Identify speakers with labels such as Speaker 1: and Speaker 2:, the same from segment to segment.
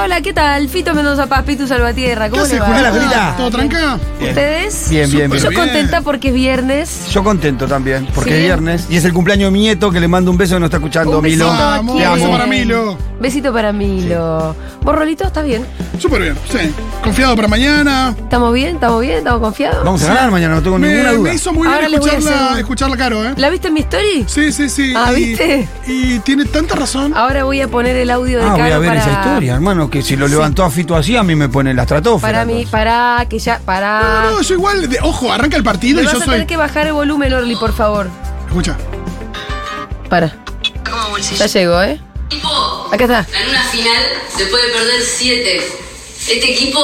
Speaker 1: Hola, ¿qué tal? Fito Mendoza Paz, Pitu Salvatierra.
Speaker 2: ¿Qué
Speaker 1: ¿Cómo
Speaker 2: haces,
Speaker 1: les va?
Speaker 2: Juliana Julita?
Speaker 3: ¿Todo tranca?
Speaker 1: ¿Ustedes?
Speaker 4: Bien, bien, bien.
Speaker 1: Yo
Speaker 3: Bien.
Speaker 1: contenta porque es viernes.
Speaker 4: Yo contento también, porque
Speaker 1: Sí.
Speaker 4: es viernes y es el cumpleaños de mi nieto que le mando un beso que no está escuchando,
Speaker 1: Un besito
Speaker 4: Milo.
Speaker 1: a
Speaker 3: Vamos,
Speaker 1: Kiel.
Speaker 4: te amo.
Speaker 3: para Milo.
Speaker 1: Besito para Milo. ¿Vos, Rolito, estás bien?
Speaker 3: Súper bien, sí. Confiado para mañana.
Speaker 1: ¿Estamos bien? ¿Estamos bien? ¿Estamos confiados?
Speaker 4: Vamos a ganar mañana, no tengo ninguna
Speaker 3: Me,
Speaker 4: duda. Ah,
Speaker 3: me hizo muy
Speaker 1: Ahora
Speaker 3: bien
Speaker 1: les voy a
Speaker 3: escucharla,
Speaker 1: hacer-
Speaker 3: escucharla caro, ¿eh?
Speaker 1: ¿La viste en mi story?
Speaker 3: Sí, sí, sí.
Speaker 1: Ah,
Speaker 3: y,
Speaker 1: ¿viste?
Speaker 3: Y tiene tanta razón.
Speaker 1: Ahora voy a poner el audio de
Speaker 4: Ah, voy
Speaker 1: Caro
Speaker 4: a ver
Speaker 1: para,
Speaker 4: esa historia, hermano, que si lo levantó a Fito así, a mí me pone en la estratosfera.
Speaker 1: Para mí,
Speaker 4: entonces.
Speaker 1: para que ya, para.
Speaker 3: No, no, yo igual. de- ojo, arranca el partido
Speaker 1: Me Ah.
Speaker 3: y
Speaker 1: vas
Speaker 3: yo
Speaker 1: a tener
Speaker 3: soy.
Speaker 1: que bajar el volumen, Orly, por favor.
Speaker 3: Escucha.
Speaker 1: Para.
Speaker 5: Como bolsillo. Este
Speaker 1: Ya llegó, ¿eh?
Speaker 5: Equipo,
Speaker 1: Acá está.
Speaker 5: En una final se puede perder 7. Este equipo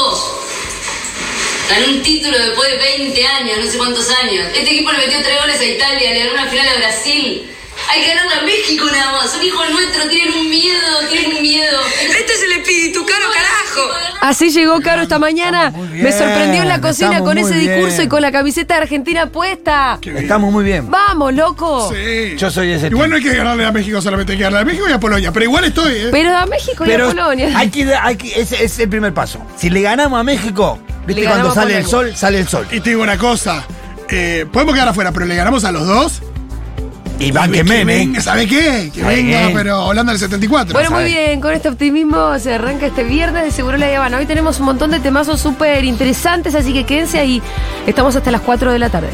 Speaker 5: ganó un título después de 20 años, no sé cuántos años. Este equipo le metió 3 goles a Italia, le ganó una final a Brasil. Hay que ganar a México nada más. Son hijos nuestros, tienen un miedo, tienen un miedo. Este es el espíritu, caro carajo.
Speaker 1: Así llegó Caro esta mañana.
Speaker 4: Estamos muy
Speaker 1: Me
Speaker 4: bien,
Speaker 1: sorprendió en la cocina
Speaker 4: estamos
Speaker 1: con
Speaker 4: muy
Speaker 1: ese
Speaker 4: bien.
Speaker 1: discurso y con la camiseta argentina puesta.
Speaker 3: Qué bien.
Speaker 4: Estamos muy bien.
Speaker 1: Vamos, loco.
Speaker 3: Sí.
Speaker 4: Yo soy ese
Speaker 3: Igual
Speaker 4: tipo.
Speaker 3: no hay que ganarle a México solamente, hay que ganarle a México y a Polonia. Pero igual estoy, ¿eh?
Speaker 1: Pero a México y
Speaker 4: Pero
Speaker 1: a Polonia.
Speaker 4: hay que, hay que- ese ese es el primer paso. Si le ganamos a México, viste
Speaker 1: Le
Speaker 4: cuando
Speaker 1: ganamos a
Speaker 4: sale el
Speaker 1: Polonia.
Speaker 4: sol, sale el sol.
Speaker 3: Y te digo una cosa. eh, podemos quedar afuera, pero le ganamos a los dos.
Speaker 4: Y van Ah, que meme.
Speaker 3: venga, ¿Sabe qué? Que
Speaker 4: Está
Speaker 3: venga,
Speaker 4: bien.
Speaker 3: pero Holanda del 74.
Speaker 1: Bueno, muy
Speaker 4: sabe.
Speaker 1: bien, con este optimismo se arranca este viernes de Seguro La Habana. Hoy tenemos un montón de temazos súper interesantes, así que quédense ahí. Estamos hasta las 4 de la tarde.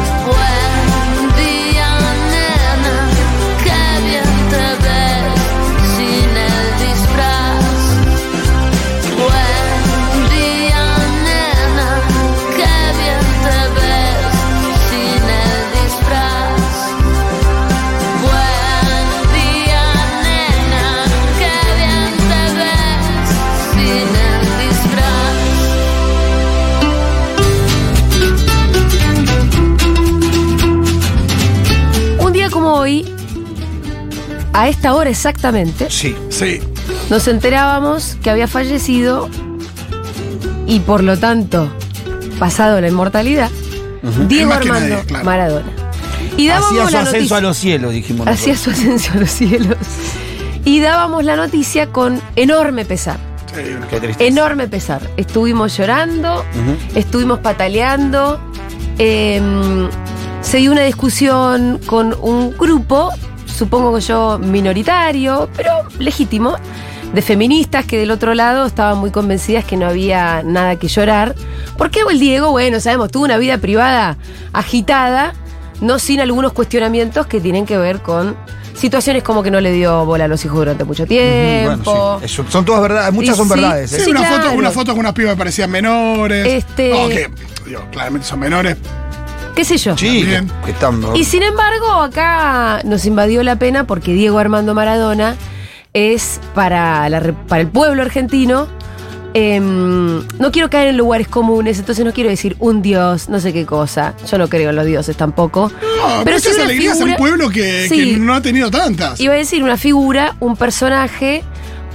Speaker 6: Buen día, nena, qué bien te ves sin el disfraz. Buen día, nena, qué bien te ves sin el disfraz. Buen día, nena, qué bien te ves sin el disfraz.
Speaker 1: Un día como hoy, a esta hora exactamente,
Speaker 4: Sí.
Speaker 3: Sí.
Speaker 1: nos enterábamos que había fallecido y por lo tanto pasado la inmortalidad, Diego
Speaker 3: Y más que
Speaker 1: Armando
Speaker 3: nadie, claro.
Speaker 1: Maradona. Y dábamos
Speaker 4: Hacía su
Speaker 1: la
Speaker 4: ascenso
Speaker 1: noticia-
Speaker 4: a los cielos, dijimos.
Speaker 1: hacía
Speaker 4: nosotros.
Speaker 1: su ascenso a los cielos. Y dábamos la noticia con enorme pesar.
Speaker 3: sí.
Speaker 4: Qué triste.
Speaker 1: Enorme pesar. Estuvimos llorando, estuvimos pataleando. eh, se dio una discusión con un grupo, supongo que yo minoritario, pero legítimo, de feministas que del otro lado estaban muy convencidas que no había nada que llorar. Porque el Diego, bueno, sabemos, tuvo una vida privada agitada, no sin algunos cuestionamientos que tienen que ver con situaciones como que no le dio bola a los hijos durante mucho tiempo.
Speaker 4: Mm, Bueno, sí. Eso- Son todas verdades, muchas
Speaker 1: Y
Speaker 4: son
Speaker 1: sí,
Speaker 4: verdades. ¿eh?
Speaker 3: Sí, una,
Speaker 1: claro.
Speaker 3: foto, una foto con unas pibas que parecían menores.
Speaker 1: Este-
Speaker 3: No, que, digo, claramente son menores.
Speaker 1: ¿Qué sé yo?
Speaker 4: Sí, que,
Speaker 3: También.
Speaker 4: que están.
Speaker 1: Y sin embargo, acá nos invadió la pena porque Diego Armando Maradona es para, la re- para el pueblo argentino. em, no quiero caer en lugares comunes, entonces no quiero decir un dios, no sé qué cosa. Yo no creo en los dioses tampoco.
Speaker 3: No, pues pero
Speaker 1: sí
Speaker 3: esas
Speaker 1: una
Speaker 3: alegrías a un
Speaker 1: figura-
Speaker 3: pueblo que,
Speaker 1: Sí.
Speaker 3: que no ha tenido tantas.
Speaker 1: Iba a decir una figura, un personaje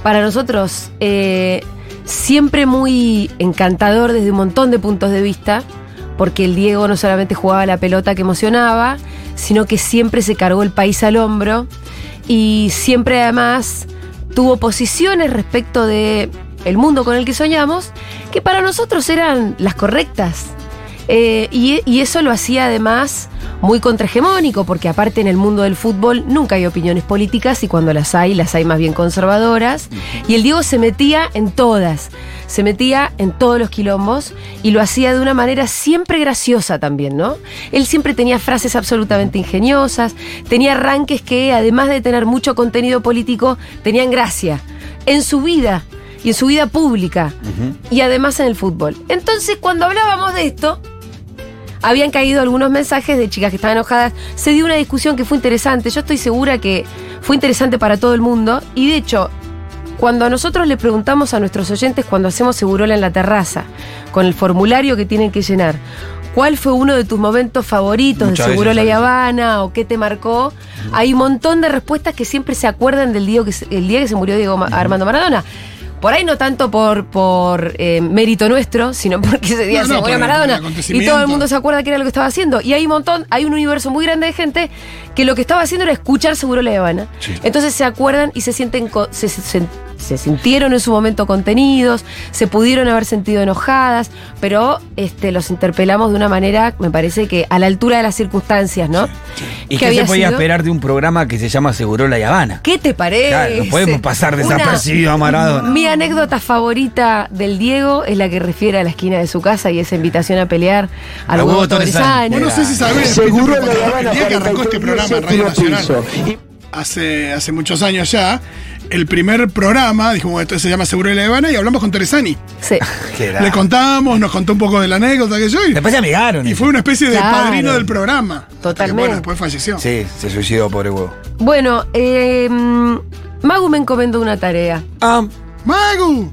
Speaker 1: para nosotros eh, siempre muy encantador desde un montón de puntos de vista, porque el Diego no solamente jugaba la pelota que emocionaba, sino que siempre se cargó el país al hombro y siempre además tuvo posiciones respecto de el mundo con el que soñamos que para nosotros eran las correctas. Eh, y, y eso lo hacía además muy contrahegemónico, porque aparte en el mundo del fútbol nunca hay opiniones políticas y cuando las hay, las hay más bien conservadoras. Y el Diego se metía en todas, se metía en todos los quilombos y lo hacía de una manera siempre graciosa también, ¿no? Él siempre tenía frases absolutamente ingeniosas, tenía arranques que además de tener mucho contenido político, tenían gracia en su vida y en su vida pública y además en el fútbol. Entonces, cuando hablábamos de esto, habían caído algunos mensajes de chicas que estaban enojadas. Se dio una discusión que fue interesante. Yo estoy segura que fue interesante para todo el mundo. Y de hecho, cuando nosotros les preguntamos a nuestros oyentes cuando hacemos Segurola en la terraza, con el formulario que tienen que llenar, ¿cuál fue uno de tus momentos favoritos
Speaker 4: Muchas
Speaker 1: de
Speaker 4: veces
Speaker 1: Segurola y
Speaker 4: sale.
Speaker 1: Habana o qué te marcó? Hay un montón de respuestas que siempre se acuerdan del día que se, el día que se murió Diego Ma- Armando Maradona. Por ahí no tanto por, por eh, mérito nuestro, sino porque ese día
Speaker 3: No,
Speaker 1: se
Speaker 3: no,
Speaker 1: murió
Speaker 3: por el
Speaker 1: Maradona. Y todo el
Speaker 3: acontecimiento.
Speaker 1: mundo se acuerda que era lo que estaba haciendo. Y hay un montón, hay un universo muy grande de gente que lo que estaba haciendo era escuchar seguro la Habana. Entonces se acuerdan y se sienten co- se, se- se se sintieron en su momento contenidos, se pudieron haber sentido enojadas, pero este, los interpelamos de una manera, me parece que a la altura de las circunstancias, ¿no? ¿Qué
Speaker 4: ¿Y qué se
Speaker 1: había
Speaker 4: podía
Speaker 1: sido?
Speaker 4: esperar de un programa que se llama Seguro La Habana?
Speaker 1: ¿Qué te parece?
Speaker 4: Claro, no podemos pasar desapercibido a Maradona.
Speaker 1: Mi anécdota favorita del Diego es la que refiere a la esquina de su casa y esa invitación a pelear al
Speaker 4: A huevo
Speaker 1: huevo
Speaker 4: Torresani.
Speaker 1: Torresani.
Speaker 3: Vos no sé si sabés,
Speaker 2: Seguro
Speaker 3: Peter,
Speaker 2: en La Habana
Speaker 3: el día que arrancó este programa en Radio
Speaker 2: 43
Speaker 3: Nacional,
Speaker 2: piso. Y-
Speaker 3: hace, hace muchos años ya, el primer programa, dijimos, bueno, esto se llama Seguro de la Habana, y hablamos con Teresani.
Speaker 1: Sí.
Speaker 4: Qué
Speaker 3: Le
Speaker 4: grande.
Speaker 3: contábamos, nos contó un poco de la anécdota que yo, y,
Speaker 4: Después se amigaron.
Speaker 3: y fue una especie de
Speaker 1: Claro.
Speaker 3: padrino del programa. Hasta que,
Speaker 1: Totalmente.
Speaker 3: bueno, después falleció.
Speaker 4: Sí, se suicidó, pobre huevo.
Speaker 1: Bueno, eh, Magu me encomendó una tarea.
Speaker 4: Ah,
Speaker 3: ¡Magu!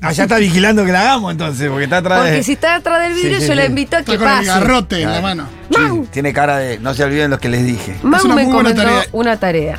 Speaker 4: allá Ah, está vigilando que la hagamos entonces, porque está atrás de...
Speaker 1: Porque si está atrás del vidrio,
Speaker 4: Sí, sí,
Speaker 1: yo la
Speaker 4: sí.
Speaker 1: invito a
Speaker 3: Está
Speaker 1: que
Speaker 3: con el
Speaker 1: pase.
Speaker 3: garrote en la
Speaker 4: Claro.
Speaker 3: mano.
Speaker 1: Mau.
Speaker 4: tiene cara de... No se olviden los que les dije.
Speaker 3: Es
Speaker 1: Mau
Speaker 3: una
Speaker 1: me
Speaker 3: muy buena
Speaker 1: encomendó
Speaker 3: tarea.
Speaker 1: una tarea.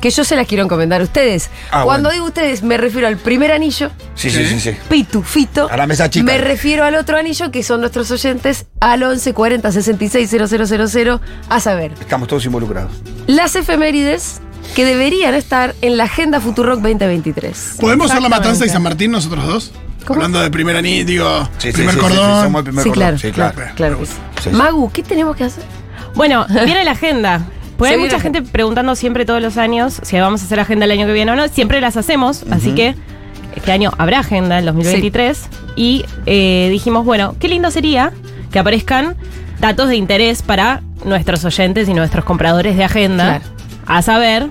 Speaker 1: Que yo se las quiero encomendar a ustedes.
Speaker 4: Ah,
Speaker 1: Cuando
Speaker 4: bueno.
Speaker 1: digo ustedes, me refiero al primer anillo,
Speaker 4: Sí, sí, sí, sí.
Speaker 1: pitufito.
Speaker 4: A la mesa chica.
Speaker 1: Me refiero al otro anillo, que son nuestros oyentes, al 1140 000 a saber.
Speaker 4: Estamos todos involucrados.
Speaker 1: Las efemérides que deberían estar en la agenda Futurock 2023.
Speaker 3: ¿Podemos hacer la matanza y San
Speaker 1: Exactamente.
Speaker 3: Martín nosotros dos?
Speaker 1: ¿Cómo?
Speaker 3: Hablando de primer anillo, digo,
Speaker 4: Sí, sí,
Speaker 3: primer
Speaker 4: sí, sí, sí,
Speaker 3: cordón.
Speaker 4: somos el primer
Speaker 1: Sí,
Speaker 4: cordón.
Speaker 1: claro.
Speaker 4: Sí, claro.
Speaker 1: Claro que sí.
Speaker 4: Sí, sí.
Speaker 1: Magu, ¿qué tenemos que hacer?
Speaker 7: Bueno, viene la agenda. Pues
Speaker 1: Se
Speaker 7: hay
Speaker 1: viene
Speaker 7: mucha
Speaker 1: la
Speaker 7: gente preguntando siempre todos los años si vamos a hacer agenda el año que viene o no. Siempre las hacemos, así que este año habrá agenda en 2023. Y eh, dijimos, bueno, qué lindo sería que aparezcan datos de interés para nuestros oyentes y nuestros compradores de agenda.
Speaker 1: Claro.
Speaker 7: A saber,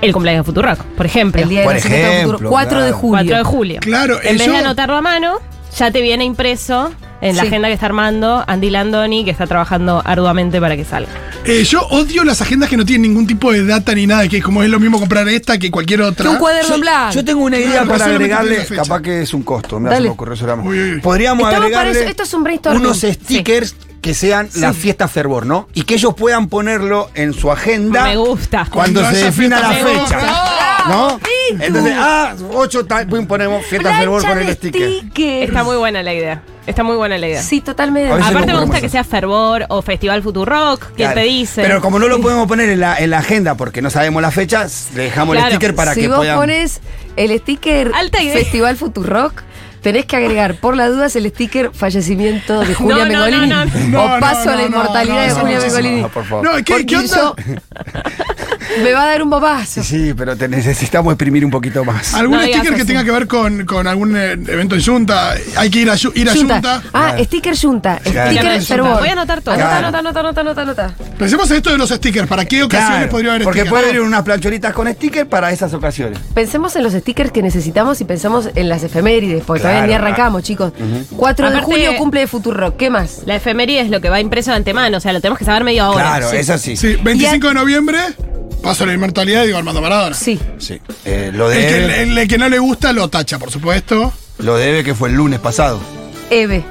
Speaker 7: el cumpleaños de Futurock, por ejemplo.
Speaker 1: El día de
Speaker 4: Por
Speaker 1: la Secretaría de
Speaker 4: ejemplo,
Speaker 1: Futuro, 4 de
Speaker 4: claro.
Speaker 1: julio.
Speaker 7: 4 de julio.
Speaker 3: Claro,
Speaker 7: en
Speaker 3: eh,
Speaker 7: vez
Speaker 3: yo-
Speaker 7: de anotarlo a mano, ya te viene impreso en la
Speaker 1: Sí.
Speaker 7: agenda que está armando Andy Landoni, que está trabajando arduamente para que salga.
Speaker 3: Eh, yo odio las agendas que no tienen ningún tipo de data ni nada, que es como es lo mismo comprar esta que cualquier otra.
Speaker 1: Que un cuaderno en blanco.
Speaker 4: Yo tengo una idea
Speaker 3: Claro,
Speaker 4: para
Speaker 3: solamente
Speaker 4: agregarle,
Speaker 3: tiene la fecha.
Speaker 4: capaz que es un costo, me
Speaker 1: Dale.
Speaker 4: se me ocurrió eso ahora mismo.
Speaker 3: Uy, uy, uy.
Speaker 4: Podríamos
Speaker 1: Estamos para
Speaker 4: agregarle
Speaker 1: eso, esto es un brainstorming.
Speaker 4: unos
Speaker 1: Sí.
Speaker 4: stickers que sean la fiesta fervor, ¿no? Y que ellos puedan ponerlo en su agenda.
Speaker 7: Me gusta.
Speaker 4: Cuando,
Speaker 3: Cuando
Speaker 4: se
Speaker 3: haya
Speaker 4: defina la
Speaker 3: fiesta
Speaker 4: fecha.
Speaker 3: fervor.
Speaker 4: ¿No?
Speaker 1: Pitu.
Speaker 4: Entonces, ah, 8 ponemos fiesta fervor
Speaker 1: Plancha
Speaker 4: con el
Speaker 1: de
Speaker 4: sticker.
Speaker 1: stickers.
Speaker 7: Está muy buena la idea. Está muy buena la idea.
Speaker 1: Sí, totalmente.
Speaker 4: A veces
Speaker 7: Aparte
Speaker 4: lo
Speaker 7: me gusta
Speaker 4: ocurre.
Speaker 7: que sea Fervor o Festival Futurock, que
Speaker 4: Claro.
Speaker 7: te dice.
Speaker 4: Pero como no lo podemos poner en la, en la agenda porque no sabemos la fecha, le dejamos el
Speaker 7: Claro.
Speaker 4: sticker para
Speaker 1: si
Speaker 4: que
Speaker 1: vos
Speaker 4: puedan.
Speaker 1: pones el sticker
Speaker 7: Alta idea.
Speaker 1: Festival Futurock, tenés que agregar, por las dudas, el sticker Fallecimiento de Julia
Speaker 7: no,
Speaker 1: Mengolini.
Speaker 7: no, no,
Speaker 3: no.
Speaker 1: o
Speaker 3: No,
Speaker 1: Paso
Speaker 3: no,
Speaker 1: a la
Speaker 3: no,
Speaker 1: Inmortalidad
Speaker 3: no,
Speaker 1: de
Speaker 3: no,
Speaker 1: Julia
Speaker 3: no, no,
Speaker 1: Mengolini.
Speaker 4: no, Ah, por favor.
Speaker 3: No, ¿qué,
Speaker 1: Porque
Speaker 3: ¿qué onda?
Speaker 1: yo- me va a dar un bobazo.
Speaker 4: Sí, sí, pero te necesitamos exprimir un poquito más.
Speaker 3: ¿Algún
Speaker 7: No digas
Speaker 3: sticker que
Speaker 7: así.
Speaker 3: tenga que ver con, con algún eh, evento en Junta? Hay que ir a, Yu- ir a Junta.
Speaker 1: Ah,
Speaker 4: Claro.
Speaker 1: sticker Junta.
Speaker 4: Claro.
Speaker 1: Sticker
Speaker 7: Claro.
Speaker 1: Fervor.
Speaker 7: Voy a anotar todo.
Speaker 1: Anota,
Speaker 4: Claro.
Speaker 1: anota, anota, anota, anota, anota.
Speaker 3: Pensemos en esto de los stickers. ¿Para qué ocasiones
Speaker 4: Claro,
Speaker 3: podría haber
Speaker 4: porque
Speaker 3: stickers?
Speaker 4: puede haber unas plancholitas con sticker para esas ocasiones.
Speaker 1: Pensemos en los stickers que necesitamos y pensamos en las efemérides, porque
Speaker 4: Claro,
Speaker 1: todavía ni arrancamos, chicos. 4 de
Speaker 7: Aparte-
Speaker 1: julio cumple de Futurock. ¿Qué más?
Speaker 7: La efeméride es lo que va impreso de antemano, o sea, lo tenemos que saber medio ahora.
Speaker 4: claro, es así.
Speaker 3: Sí, 25 de noviembre, paso a la inmortalidad, digo Armando Maradona.
Speaker 1: Sí.
Speaker 4: Sí. Eh, lo,
Speaker 3: El
Speaker 4: de
Speaker 3: que,
Speaker 4: Eve-
Speaker 3: el- el que no le gusta lo tacha, por supuesto.
Speaker 4: lo de Eve que fue el lunes pasado.
Speaker 1: Eve.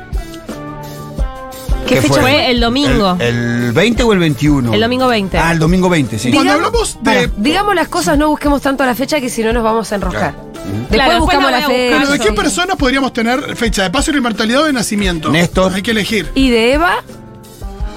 Speaker 1: ¿Qué,
Speaker 4: que
Speaker 1: fecha
Speaker 7: fue? el domingo.
Speaker 4: El, el 20 o el 21?
Speaker 7: El domingo 20.
Speaker 4: Ah, el domingo 20, sí.
Speaker 3: Cuando
Speaker 1: Digamos-
Speaker 3: hablamos de.
Speaker 1: Pará, digamos las cosas, no busquemos tanto la fecha que si no nos vamos a enroscar.
Speaker 4: Claro.
Speaker 1: Después
Speaker 7: Claro, después
Speaker 1: buscamos
Speaker 7: la
Speaker 1: la
Speaker 7: voy a
Speaker 1: fecha.
Speaker 7: buscar.
Speaker 3: ¿Pero de qué personas podríamos tener fecha? ¿De paso a la inmortalidad o de nacimiento?
Speaker 4: Néstor.
Speaker 3: Hay que elegir.
Speaker 1: Y de Eva,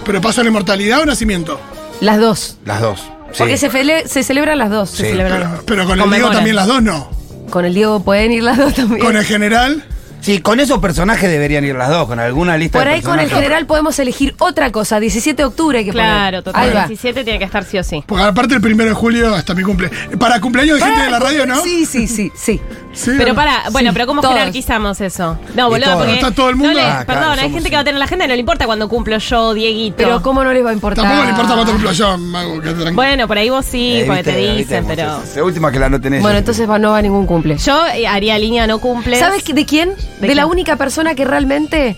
Speaker 3: ¿Pero paso a la inmortalidad o nacimiento?
Speaker 1: las dos.
Speaker 4: Las dos. Sí.
Speaker 1: Porque se, fele- se celebran las dos.
Speaker 4: Sí.
Speaker 1: Se celebran las
Speaker 3: Pero,
Speaker 1: dos.
Speaker 3: pero con el Diego
Speaker 7: Conmemoran.
Speaker 3: también las dos no.
Speaker 1: Con el Diego pueden ir las dos también.
Speaker 3: Con el general.
Speaker 4: Sí, con esos personajes deberían ir las dos, con alguna lista
Speaker 1: Por
Speaker 4: de
Speaker 1: ahí con el
Speaker 4: personajes.
Speaker 1: general podemos elegir otra cosa. 17 de octubre hay que poner.
Speaker 7: Claro,
Speaker 1: Ahí
Speaker 7: total.
Speaker 1: va.
Speaker 7: 17 tiene que estar sí o sí.
Speaker 3: Porque aparte el primero de julio hasta mi cumple. Para cumpleaños de gente de la radio, ¿no?
Speaker 1: Sí, sí, sí, sí.
Speaker 3: Sí,
Speaker 7: Pero
Speaker 3: ¿no?
Speaker 7: para, bueno, pero ¿cómo
Speaker 1: Mm. todos.
Speaker 7: jerarquizamos eso? No,
Speaker 4: todo.
Speaker 7: boludo, porque.
Speaker 3: Está todo el mundo.
Speaker 7: no le-
Speaker 4: Ah, claro,
Speaker 7: perdón, hay
Speaker 4: somos
Speaker 7: gente
Speaker 4: un-
Speaker 7: que va a tener la agenda, no le importa cuando cumplo yo, Dieguito.
Speaker 1: Pero ¿cómo no les va a importar?
Speaker 3: Tampoco le importa
Speaker 1: Ah.
Speaker 3: cuánto cumplo yo, Mago, que tranquilo.
Speaker 7: Bueno, por ahí vos sí,
Speaker 4: Eh,
Speaker 7: porque
Speaker 4: viste,
Speaker 7: te
Speaker 4: viste,
Speaker 7: dicen,
Speaker 4: vos,
Speaker 7: pero.
Speaker 4: es La última que la noten ellos.
Speaker 1: Bueno, entonces va- no va a ningún cumple.
Speaker 7: Yo eh, haría línea no cumple.
Speaker 1: ¿Sabes que- de quién? De,
Speaker 7: quién?
Speaker 1: la única persona que realmente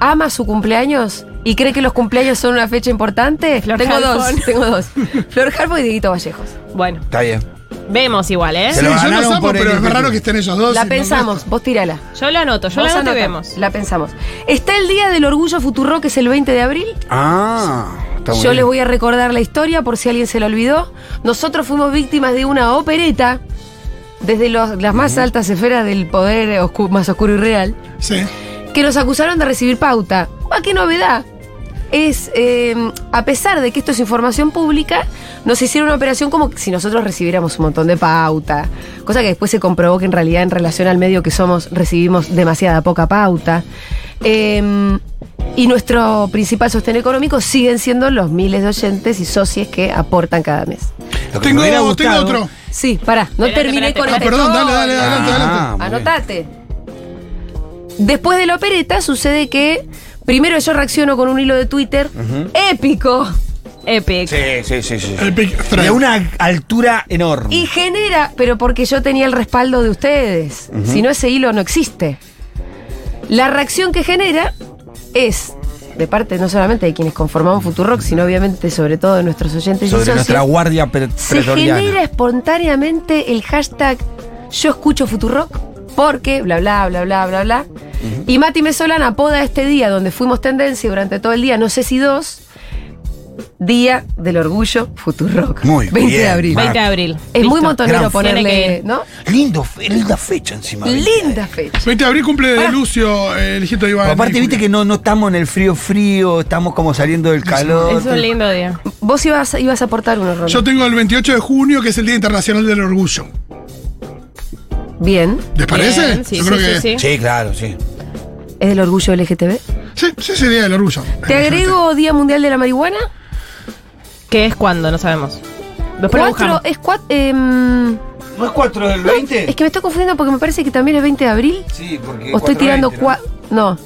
Speaker 1: ama su cumpleaños y cree que los cumpleaños son una fecha importante.
Speaker 7: Flor
Speaker 1: tengo
Speaker 7: Halfon.
Speaker 1: dos, tengo dos. Flor Harpo y Dieguito Vallejos.
Speaker 7: Bueno,
Speaker 4: Está bien.
Speaker 7: vemos igual, ¿eh?
Speaker 4: Se
Speaker 3: Sí,
Speaker 4: lo
Speaker 3: yo los
Speaker 4: ganaron
Speaker 3: amo,
Speaker 4: por
Speaker 3: pero
Speaker 4: el
Speaker 3: es
Speaker 4: ímpetu.
Speaker 3: raro que estén ellos dos.
Speaker 1: La
Speaker 3: y no
Speaker 1: pensamos, vos tírala.
Speaker 7: Yo lo anoto, yo
Speaker 1: Vos
Speaker 7: lo anoto y
Speaker 1: anotá,
Speaker 7: vemos.
Speaker 1: La pensamos. Está el Día del Orgullo Futuro, que es el 20 de abril.
Speaker 4: Ah, está muy
Speaker 1: Yo
Speaker 4: bien.
Speaker 1: les voy a recordar la historia por si alguien se la olvidó. Nosotros fuimos víctimas de una opereta desde los- las más altas esferas del poder oscu- más oscuro y real,
Speaker 3: Sí.
Speaker 1: que nos acusaron de recibir pauta. ¡Ah, qué novedad! es, eh, a pesar de que esto es información pública, nos hicieron una operación como si nosotros recibiéramos un montón de pauta, cosa que después se comprobó que en realidad en relación al medio que somos recibimos demasiada poca pauta. Eh, y nuestro principal sostén económico siguen siendo los miles de oyentes y socios que aportan cada mes.
Speaker 4: Lo que me
Speaker 3: Tengo,
Speaker 4: hubiera
Speaker 3: tengo
Speaker 4: gustado-
Speaker 3: otro.
Speaker 1: Sí, pará, no
Speaker 7: Espérate,
Speaker 1: terminé
Speaker 7: espérate,
Speaker 1: con
Speaker 3: Ah,
Speaker 1: este
Speaker 3: perdón, dale, dale,
Speaker 1: todo.
Speaker 3: adelante,
Speaker 4: Ah,
Speaker 3: adelante.
Speaker 4: muy bien.
Speaker 1: Anotate. Después de la opereta sucede que primero yo reacciono con un hilo de Twitter épico
Speaker 7: Epic.
Speaker 4: Sí, sí, sí, sí.
Speaker 3: El pic
Speaker 4: De
Speaker 3: strike.
Speaker 4: una altura enorme.
Speaker 1: y genera, pero porque yo tenía el respaldo de ustedes, si no ese hilo no existe. La reacción que genera es de parte no solamente de quienes conformamos Futurock, sino obviamente sobre todo de nuestros oyentes y
Speaker 4: sobre
Speaker 1: socios.
Speaker 4: nuestra guardia pre-
Speaker 1: se genera
Speaker 4: pretoriana.
Speaker 1: espontáneamente el hashtag yo escucho Futurock porque bla bla bla bla bla bla. Y Mati Mesolán apoda este día donde fuimos tendencia durante todo el día, no sé si dos, Día del Orgullo Futurock.
Speaker 4: Muy
Speaker 1: 20 de
Speaker 4: bien,
Speaker 1: abril.
Speaker 7: 20 de abril.
Speaker 1: Es muy
Speaker 7: Listo.
Speaker 1: montonero
Speaker 4: gran-
Speaker 1: ponerle,
Speaker 7: Tiene
Speaker 1: ¿no?
Speaker 4: Lindo, fe- linda fecha encima.
Speaker 1: Linda fecha.
Speaker 3: 20 de abril cumple de
Speaker 1: Pará.
Speaker 3: Lucio, eh, el hijito de Iván.
Speaker 4: Pero aparte, viste que no, no estamos en el frío frío, estamos como saliendo del calor.
Speaker 7: Es un lindo día.
Speaker 1: Vos ibas, ibas a aportar uno, Ron.
Speaker 3: Yo tengo el 28 de junio, que es el Día Internacional del Orgullo.
Speaker 1: Bien.
Speaker 3: ¿Les parece?
Speaker 7: Bien, sí,
Speaker 3: Yo
Speaker 7: sí,
Speaker 3: creo
Speaker 7: sí,
Speaker 3: que.
Speaker 7: sí.
Speaker 4: Sí, claro, sí.
Speaker 1: ¿Es del orgullo LGTB?
Speaker 3: Sí, sí, es el Día del Orgullo.
Speaker 1: ¿Te agrego Día Mundial de la Marihuana?
Speaker 7: ¿Qué es cuándo? No sabemos. Después lo
Speaker 1: Cuatro,
Speaker 7: buscamos.
Speaker 1: es cuatro. em,
Speaker 4: ¿No es 4 del
Speaker 1: es que me estoy confundiendo porque me parece que también es 20 de abril.
Speaker 4: Sí, porque.
Speaker 1: O estoy tirando cua-
Speaker 4: 420,
Speaker 1: No.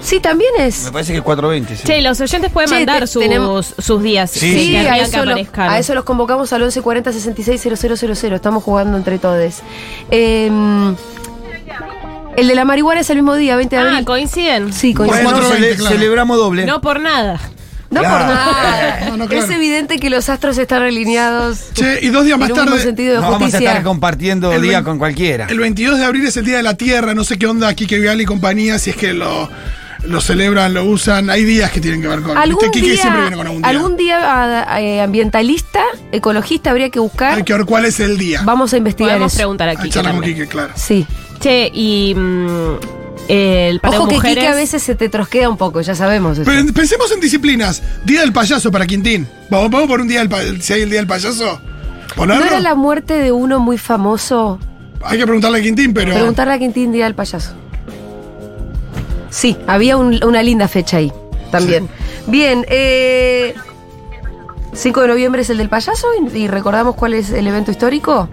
Speaker 1: Sí, también es.
Speaker 4: Me parece que es 420. Sí.
Speaker 7: Che, los oyentes pueden
Speaker 1: Che,
Speaker 7: mandar
Speaker 1: te-
Speaker 7: sus,
Speaker 1: tenemos-
Speaker 7: sus días.
Speaker 4: Sí,
Speaker 7: que
Speaker 1: Sí,
Speaker 7: quieran
Speaker 1: a,
Speaker 7: que
Speaker 1: eso lo-
Speaker 7: aparezcan.
Speaker 1: a eso los convocamos al 1140 66 000. Estamos jugando entre todos. Em, el de la marihuana es el mismo día, 20 de
Speaker 7: Ah,
Speaker 1: abril.
Speaker 7: coinciden.
Speaker 1: sí,
Speaker 4: Por
Speaker 1: coincidimos.
Speaker 4: eso
Speaker 3: 420,
Speaker 4: cele-
Speaker 3: claro.
Speaker 4: celebramos doble.
Speaker 7: No por nada.
Speaker 1: No
Speaker 4: Claro.
Speaker 1: por nada.
Speaker 3: No, no, claro.
Speaker 1: Es evidente que los astros están alineados
Speaker 3: Che, y dos días más
Speaker 1: en un
Speaker 3: tarde.
Speaker 1: sentido de
Speaker 4: no vamos a
Speaker 1: justicia.
Speaker 4: estar compartiendo
Speaker 3: El
Speaker 4: día
Speaker 3: vein-
Speaker 4: con cualquiera.
Speaker 3: El 22 de abril es el Día de la Tierra, no sé qué onda Kike Vial y compañía, si es que lo, lo celebran, lo usan. Hay días que tienen que ver con.
Speaker 1: algún,
Speaker 3: Viste, Quique
Speaker 1: día,
Speaker 3: siempre viene con algún día.
Speaker 1: algún día, ah, eh, ambientalista, ecologista, habría que buscar.
Speaker 3: Hay que ver cuál es el día.
Speaker 1: Vamos a investigar
Speaker 7: Podemos
Speaker 1: eso.
Speaker 7: preguntar
Speaker 3: a
Speaker 7: aquí.
Speaker 3: charlar con Quique, claro.
Speaker 1: Sí.
Speaker 7: Che, y mm, el para
Speaker 1: Ojo que
Speaker 7: mujeres.
Speaker 1: Kike a veces se te trosquea un poco, ya sabemos eso.
Speaker 3: Pero pensemos en disciplinas. Día del payaso para Quintín. Vamos, vamos por un día del payaso. Si hay el día del payaso,
Speaker 1: ¿No
Speaker 3: ponerlo.
Speaker 1: era la muerte de uno muy famoso?
Speaker 3: Hay que preguntarle a Quintín, pero.
Speaker 1: Preguntarle a Quintín Día del Payaso. Sí, había un- una linda fecha ahí también. Bien, eh, 5 de noviembre es el del payaso y, y recordamos cuál es el evento histórico.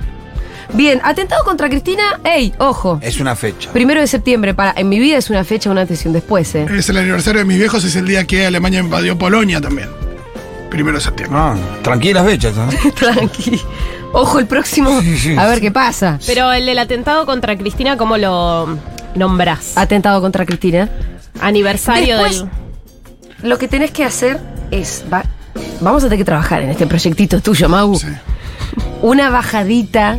Speaker 1: Bien, atentado contra Cristina, ¡ey! Ojo.
Speaker 4: Es una fecha.
Speaker 1: Primero de septiembre, para, en mi vida es una fecha, un antes y un después, ¿eh?
Speaker 3: Es el aniversario de mis viejos, es el día que Alemania invadió Polonia también. Primero de septiembre.
Speaker 4: Ah, tranquilas fechas. ¿no?
Speaker 1: Tranqui. Ojo el próximo,
Speaker 4: Sí, sí,
Speaker 1: a ver
Speaker 4: sí.
Speaker 1: qué pasa.
Speaker 7: Pero el del atentado contra Cristina, ¿cómo lo nombrás?
Speaker 1: Atentado contra Cristina.
Speaker 7: Aniversario
Speaker 1: Después-
Speaker 7: del.
Speaker 1: Lo que tenés que hacer es. va- vamos a tener que trabajar en este proyectito tuyo, Mau.
Speaker 3: Sí.
Speaker 1: Una bajadita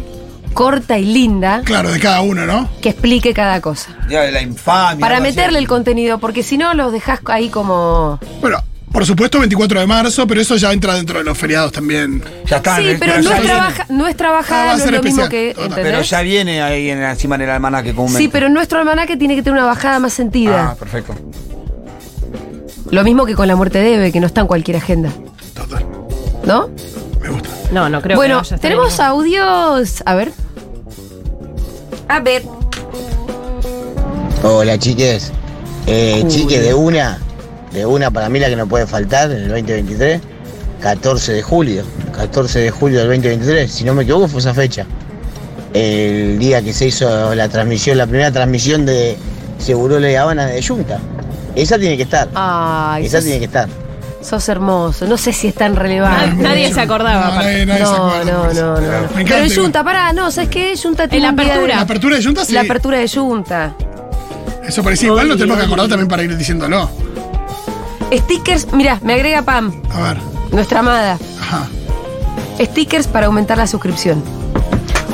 Speaker 1: corta y linda
Speaker 3: Claro, de cada uno, ¿no?
Speaker 1: que explique cada cosa.
Speaker 4: Día de la infamia.
Speaker 1: Para
Speaker 4: algo así.
Speaker 1: meterle el contenido, porque si no los dejás ahí como.
Speaker 3: Bueno, por supuesto, 24 de marzo, pero eso ya entra dentro de los feriados también.
Speaker 4: Ya está.
Speaker 1: sí,
Speaker 4: eh,
Speaker 1: pero no
Speaker 4: ya
Speaker 1: es,
Speaker 4: viene.
Speaker 1: trabaja, no es trabajada,
Speaker 3: Ah, va a
Speaker 1: no es
Speaker 3: ser
Speaker 1: lo mismo
Speaker 3: especial.
Speaker 1: que.
Speaker 3: Total.
Speaker 1: ¿entendés?
Speaker 4: Pero ya viene ahí en, encima en el almanaque comúnmente.
Speaker 1: Sí, pero nuestro almanaque tiene que tener una bajada más
Speaker 4: Ah,
Speaker 1: sentida.
Speaker 4: perfecto.
Speaker 1: Lo mismo que con la muerte debe, que no está en cualquier agenda.
Speaker 3: Total.
Speaker 1: ¿No?
Speaker 3: Me gusta.
Speaker 7: No, no creo que
Speaker 1: bueno,
Speaker 7: vaya a estar en
Speaker 1: tenemos
Speaker 7: ningún-
Speaker 1: audios. A ver. A ver.
Speaker 2: Hola chiques, eh, chiques de una, de una para mí la que no puede faltar en el 2023, 14 de julio, 14 de julio del 2023, si no me equivoco fue esa fecha, el día que se hizo la transmisión, la primera transmisión de Seguro de Habana de Junta, esa tiene que estar,
Speaker 1: Ah, Ay,
Speaker 2: esa
Speaker 1: sos,
Speaker 2: tiene que estar.
Speaker 1: sos hermoso. No sé si es tan
Speaker 7: Ah,
Speaker 1: relevante.
Speaker 7: nadie se acordaba,
Speaker 3: No,
Speaker 7: aparte.
Speaker 3: nadie, nadie se
Speaker 1: No,
Speaker 3: acuerda.
Speaker 1: no, no, no.
Speaker 3: Me encanta.
Speaker 1: Pero
Speaker 3: igual.
Speaker 1: Junta, pará, no, ¿sabes qué? Junta tiene
Speaker 7: la
Speaker 1: un día de-
Speaker 7: apertura.
Speaker 3: La apertura de Junta, sí.
Speaker 1: La apertura de Junta.
Speaker 3: Eso parecía igual, lo tenemos que acordar también para ir diciéndolo.
Speaker 1: Stickers, mirá, me agrega Pam,
Speaker 3: A ver.
Speaker 1: nuestra amada.
Speaker 3: Ajá.
Speaker 1: Stickers para aumentar la suscripción.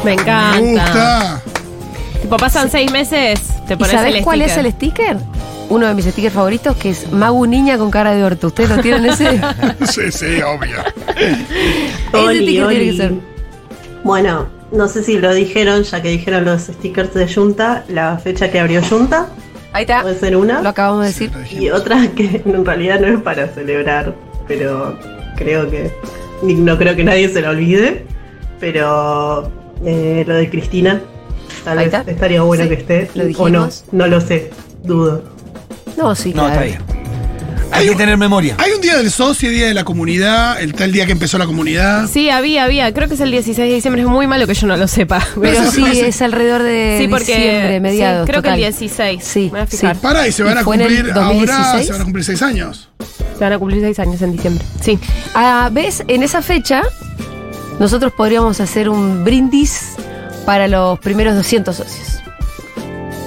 Speaker 7: Me
Speaker 1: Ah,
Speaker 7: encanta.
Speaker 3: Me gusta.
Speaker 7: Tipo, pasan seis meses, te
Speaker 1: ¿Y
Speaker 7: pones
Speaker 1: sabés
Speaker 7: el
Speaker 1: cuál es
Speaker 7: sticker.
Speaker 1: el sticker? Uno de mis stickers favoritos que es Magu Niña con cara de orto. ¿Ustedes lo tienen ese? ese
Speaker 3: Sí, sí, obvio.
Speaker 8: Oli,
Speaker 1: sticker tiene
Speaker 8: oli.
Speaker 1: que ser.
Speaker 8: Bueno, Pues, no sé si lo dijeron, ya que dijeron los stickers de Junta, la fecha que abrió Junta.
Speaker 1: Ahí está.
Speaker 8: Puede ser una.
Speaker 1: Lo acabamos de decir.
Speaker 8: Y otra que en realidad no es para celebrar, pero creo que. ni- No creo que nadie se la olvide. Pero eh, lo de Cristina, tal
Speaker 1: Ahí
Speaker 8: vez
Speaker 1: está.
Speaker 8: estaría bueno
Speaker 1: Sí,
Speaker 8: que esté.
Speaker 1: lo
Speaker 8: o no,
Speaker 1: dijimos.
Speaker 8: no lo sé, dudo.
Speaker 1: No, sí,
Speaker 4: No, está
Speaker 1: claro. Ah.
Speaker 4: bien. Hay que tener memoria.
Speaker 3: Hay un día del socio, día de la comunidad, el tal día que empezó la comunidad.
Speaker 7: Sí, había, había. Creo que es el 16 de diciembre. Es muy malo que yo no lo sepa.
Speaker 1: Pero
Speaker 3: Eso
Speaker 1: sí,
Speaker 3: parece-
Speaker 1: es alrededor de
Speaker 7: sí, porque.
Speaker 1: diciembre, mediados.
Speaker 7: sí, creo
Speaker 1: total.
Speaker 7: que el 16.
Speaker 1: Sí,
Speaker 7: Me voy a fijar.
Speaker 1: sí.
Speaker 3: Pará, y se van
Speaker 1: ¿Y
Speaker 3: a
Speaker 1: fue en el
Speaker 3: cumplir ahora,
Speaker 1: 2016?
Speaker 3: se van a cumplir seis años.
Speaker 7: Se van a cumplir 6 años en diciembre.
Speaker 1: Sí. Ah, ¿Ves? En esa fecha, nosotros podríamos hacer un brindis para los primeros 200 socios.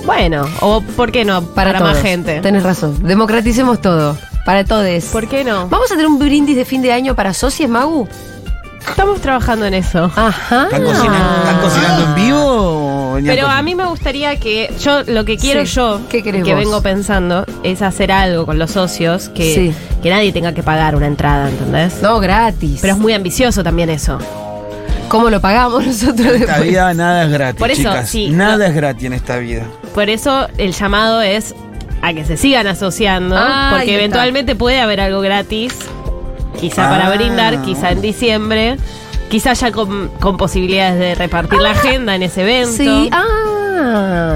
Speaker 7: Bueno, o ¿por qué no?
Speaker 1: Para,
Speaker 7: Para,
Speaker 1: todos.
Speaker 7: más gente.
Speaker 1: Tenés razón. Democraticemos todo. Para todos.
Speaker 7: ¿Por qué no?
Speaker 1: ¿Vamos a tener un brindis de fin de año para socios, Magu?
Speaker 7: Estamos trabajando en eso.
Speaker 1: Ajá.
Speaker 4: ¿Están cocinando, están cocinando en vivo? o ni
Speaker 7: Pero
Speaker 4: al-
Speaker 7: a mí me gustaría que yo lo que quiero
Speaker 1: Sí.
Speaker 7: yo
Speaker 1: ¿Qué querés
Speaker 7: que
Speaker 1: vos?
Speaker 7: vengo pensando es hacer algo con los socios que,
Speaker 1: Sí.
Speaker 7: que nadie tenga que pagar una entrada, ¿entendés?
Speaker 1: No, gratis.
Speaker 7: Pero es muy ambicioso también eso.
Speaker 1: ¿Cómo lo pagamos nosotros
Speaker 4: En esta
Speaker 1: después?
Speaker 4: vida nada es gratis,
Speaker 7: Por eso,
Speaker 4: chicas.
Speaker 7: sí,
Speaker 4: nada
Speaker 7: no-
Speaker 4: es gratis en esta vida.
Speaker 7: Por eso el llamado es a que se sigan asociando,
Speaker 1: Ah, ahí
Speaker 7: porque
Speaker 1: está.
Speaker 7: eventualmente puede haber algo gratis, quizá
Speaker 4: Ah.
Speaker 7: para brindar, quizá en diciembre, quizá ya con, con posibilidades de repartir la agenda en ese evento.
Speaker 1: Ah. Sí, ah.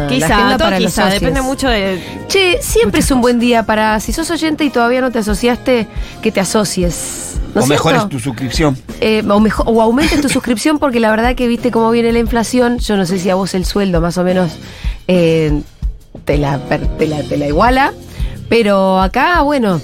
Speaker 1: la
Speaker 7: quizá,
Speaker 1: agenda
Speaker 7: todo
Speaker 1: para los
Speaker 7: quizá,
Speaker 1: socios.
Speaker 7: depende mucho de...
Speaker 1: Che, siempre es un buen día para, si sos oyente y todavía no te asociaste, que te asocies. ¿No
Speaker 4: o
Speaker 1: es
Speaker 4: mejor es
Speaker 1: cierto?
Speaker 4: tu suscripción.
Speaker 1: Eh, o, mejor, o aumentes tu suscripción porque la verdad que viste cómo viene la inflación. Yo no sé si a vos el sueldo más o menos eh, te, la, per- te, la, te la iguala. Pero acá, bueno,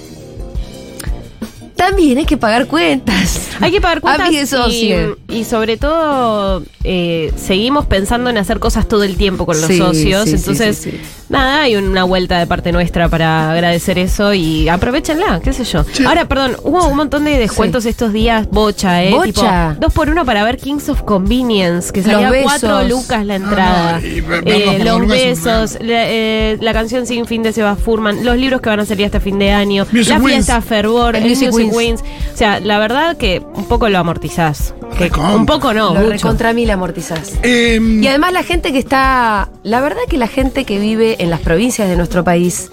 Speaker 1: también hay que pagar cuentas.
Speaker 7: Hay que pagar cuentas
Speaker 1: Amigues
Speaker 7: y,
Speaker 1: socios.
Speaker 7: y sobre todo eh, seguimos pensando en hacer cosas todo el tiempo con los
Speaker 1: Sí,
Speaker 7: socios,
Speaker 1: sí, sí,
Speaker 7: entonces
Speaker 1: sí, sí.
Speaker 7: nada, hay una vuelta de parte nuestra para agradecer eso y aprovechenla, qué sé yo.
Speaker 3: Sí.
Speaker 7: Ahora, perdón, hubo un montón de descuentos estos días, bocha, eh,
Speaker 1: Bocha.
Speaker 7: tipo, dos por uno para ver Kings of Convenience, que
Speaker 1: Los
Speaker 7: salía
Speaker 1: besos.
Speaker 7: cuatro lucas la entrada,
Speaker 3: Ah, y ver- verlos
Speaker 7: Eh,
Speaker 3: por
Speaker 7: los
Speaker 3: dos lucas es un
Speaker 7: besos, la, eh, la canción Sin Fin de Seba Furman, los libros que van a salir hasta fin de año,
Speaker 3: Music
Speaker 7: la
Speaker 3: Wins.
Speaker 7: fiesta Fervor,
Speaker 1: El
Speaker 7: el
Speaker 1: Music
Speaker 7: Music
Speaker 1: Wins.
Speaker 7: Wins. O sea, la verdad que un poco lo amortizás. Que
Speaker 3: Recontra.
Speaker 7: un poco no,
Speaker 1: Lo
Speaker 7: mucho.
Speaker 1: recontra mil amortizás.
Speaker 3: Em,
Speaker 1: Y además la gente que está, la verdad que la gente que vive en las provincias de nuestro país,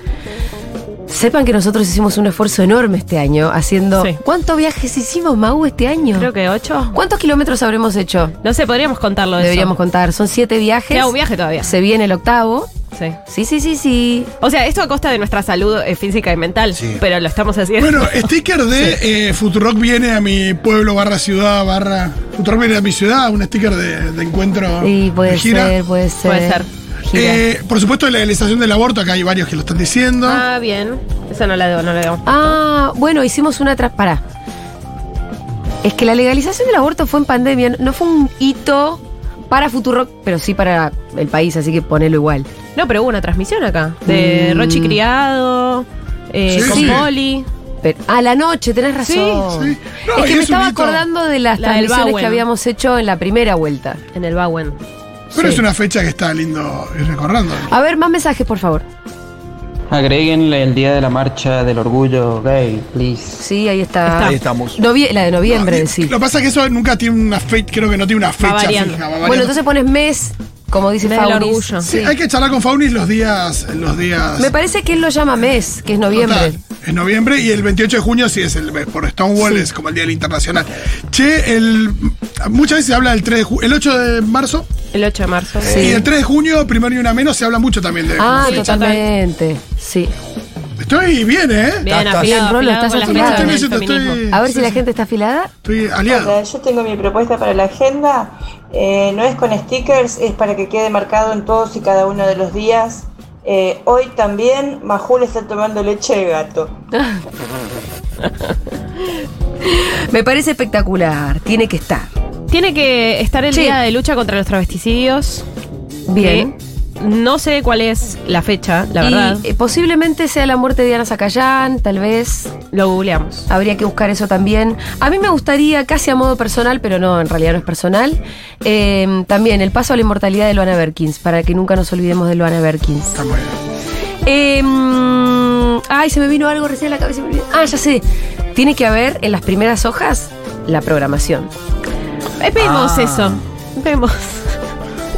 Speaker 1: sepan que nosotros hicimos un esfuerzo enorme este año haciendo...
Speaker 7: Sí.
Speaker 1: ¿Cuántos viajes hicimos, Mau, este año?
Speaker 7: Creo que ocho.
Speaker 1: ¿Cuántos kilómetros habremos hecho?
Speaker 7: No sé, podríamos contarlo eso.
Speaker 1: Deberíamos contar. Son siete viajes.
Speaker 7: Queda un viaje todavía.
Speaker 1: Se viene el octavo.
Speaker 7: Sí.
Speaker 1: Sí, sí, sí, sí.
Speaker 7: O sea, esto a costa de nuestra salud eh, física y mental,
Speaker 4: Sí.
Speaker 7: pero lo estamos haciendo.
Speaker 3: bueno, sticker de eh, Futurock viene a mi pueblo, barra ciudad, barra. Futurock viene a mi ciudad, un sticker de, de encuentro.
Speaker 1: Sí, puede
Speaker 3: de Ah. gira.
Speaker 1: ser, puede ser.
Speaker 7: Puede ser.
Speaker 1: Gira.
Speaker 3: Eh, por supuesto, la legalización del aborto, acá hay varios que lo están diciendo.
Speaker 7: Ah, bien. Eso no la debo, no la debo.
Speaker 1: Ah, bueno, hicimos una tras. Pará. Es que la legalización del aborto fue en pandemia. No fue un hito para Futurock, pero sí para el país, así que ponelo igual.
Speaker 7: No, pero hubo una transmisión acá. De
Speaker 1: Mm.
Speaker 7: Rochi Criado, eh,
Speaker 3: Sí,
Speaker 7: con
Speaker 3: sí.
Speaker 7: Poli.
Speaker 1: Pero- ah, la noche, tenés razón.
Speaker 3: Sí, sí. No,
Speaker 1: es que
Speaker 3: y
Speaker 1: me
Speaker 3: es un
Speaker 1: estaba
Speaker 3: hito.
Speaker 1: acordando de las
Speaker 7: La del
Speaker 1: transmisiones
Speaker 7: Bauen.
Speaker 1: que habíamos hecho en la primera vuelta.
Speaker 7: En el Bauen.
Speaker 3: Pero
Speaker 1: sí.
Speaker 3: es una fecha que está lindo ir recordando.
Speaker 1: A ver, más mensajes, por favor.
Speaker 9: Agréguenle el día de la marcha del orgullo gay, please.
Speaker 1: Sí, ahí está.
Speaker 4: Ahí estamos.
Speaker 1: Novie- la de noviembre,
Speaker 3: Ah,
Speaker 1: sí.
Speaker 3: Lo que pasa es que eso nunca tiene una fecha, creo que no tiene una fecha
Speaker 7: variando.
Speaker 3: fija. va
Speaker 1: Bueno,
Speaker 3: variando.
Speaker 1: entonces pones mes, como dice
Speaker 7: Mes del
Speaker 1: Faunis.
Speaker 7: orgullo.
Speaker 3: Sí, hay que charlar con Faunis los días. Los días
Speaker 1: Me parece que él lo llama mes, que es noviembre.
Speaker 3: Total, en noviembre y el 28 de junio sí es el por Stonewall es como el día del internacional. Che, el muchas veces se habla del 3 de ju- el 8 de marzo
Speaker 7: El 8 de marzo.
Speaker 3: y el 3 de junio, primero y una menos, se habla mucho también de
Speaker 1: Ah,
Speaker 7: Sí,
Speaker 1: totalmente. Sí.
Speaker 3: Estoy bien, eh.
Speaker 7: Bien,
Speaker 4: Estás-
Speaker 7: afilado,
Speaker 1: Rolo,
Speaker 7: afilado
Speaker 1: estás
Speaker 7: con las
Speaker 1: afilado.
Speaker 7: palabras del
Speaker 3: Estoy- estoy-
Speaker 7: feminismo.
Speaker 1: A ver
Speaker 3: Sí,
Speaker 1: si la
Speaker 3: sí.
Speaker 1: gente está afilada.
Speaker 3: Estoy aliado.
Speaker 10: Hola, yo tengo mi propuesta para la agenda. Eh, no es con stickers, es para que quede marcado en todos y cada uno de los días. Eh, hoy también Majul está tomando leche de gato.
Speaker 1: Me parece espectacular. Tiene que estar.
Speaker 7: Tiene que estar el
Speaker 1: Sí.
Speaker 7: día de lucha contra los travesticidios.
Speaker 1: Bien.
Speaker 7: que Eh, No sé cuál es la fecha, la
Speaker 1: Y,
Speaker 7: verdad.
Speaker 1: eh, posiblemente sea la muerte de Diana Zacayán, tal vez.
Speaker 7: Lo googleamos.
Speaker 1: Habría que buscar eso también. A mí me gustaría, casi a modo personal, pero no, en realidad no es personal, eh, también el paso a la inmortalidad de Luana Berkins, para que nunca nos olvidemos de Luana Berkins.
Speaker 3: Está muy bien.
Speaker 1: Eh, mm, ay, se me vino algo recién a la cabeza. y me olvidé. Ah, ya sé. Tiene que haber en las primeras hojas la programación.
Speaker 7: Eh, Vemos
Speaker 4: Ah.
Speaker 7: eso. Vemos.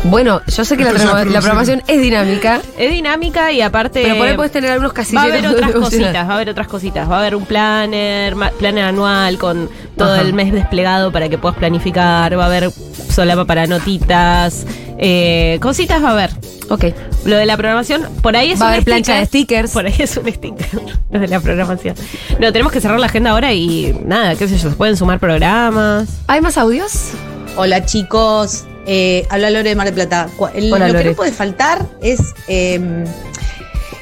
Speaker 1: Bueno, yo sé que la,
Speaker 3: Entonces,
Speaker 1: programa- la
Speaker 3: producir.
Speaker 1: programación es dinámica,
Speaker 7: Es dinámica y aparte.
Speaker 1: pero por ahí puedes tener algunos
Speaker 7: Este, Va a
Speaker 1: casilleros.
Speaker 7: haber otras
Speaker 1: emocionales.
Speaker 7: cositas, va a haber otras cositas. Va a haber un planner, ma- planner anual con todo
Speaker 1: Ajá.
Speaker 7: el mes desplegado para que puedas planificar. Va a haber solapa para notitas. eh, cositas va a haber.
Speaker 1: Ok.
Speaker 7: Lo de la programación, por ahí es
Speaker 1: Va a
Speaker 7: un
Speaker 1: haber plancha de stickers.
Speaker 7: Por ahí es un sticker. Lo de la programación. No, tenemos que cerrar la agenda ahora y nada, qué sé yo, se pueden sumar programas.
Speaker 1: ¿Hay más audios?
Speaker 11: Hola chicos, Eh, habla Lore de Mar del Plata. Cua- el-
Speaker 1: Hola,
Speaker 11: lo que
Speaker 1: Lore.
Speaker 11: no puede faltar es eh,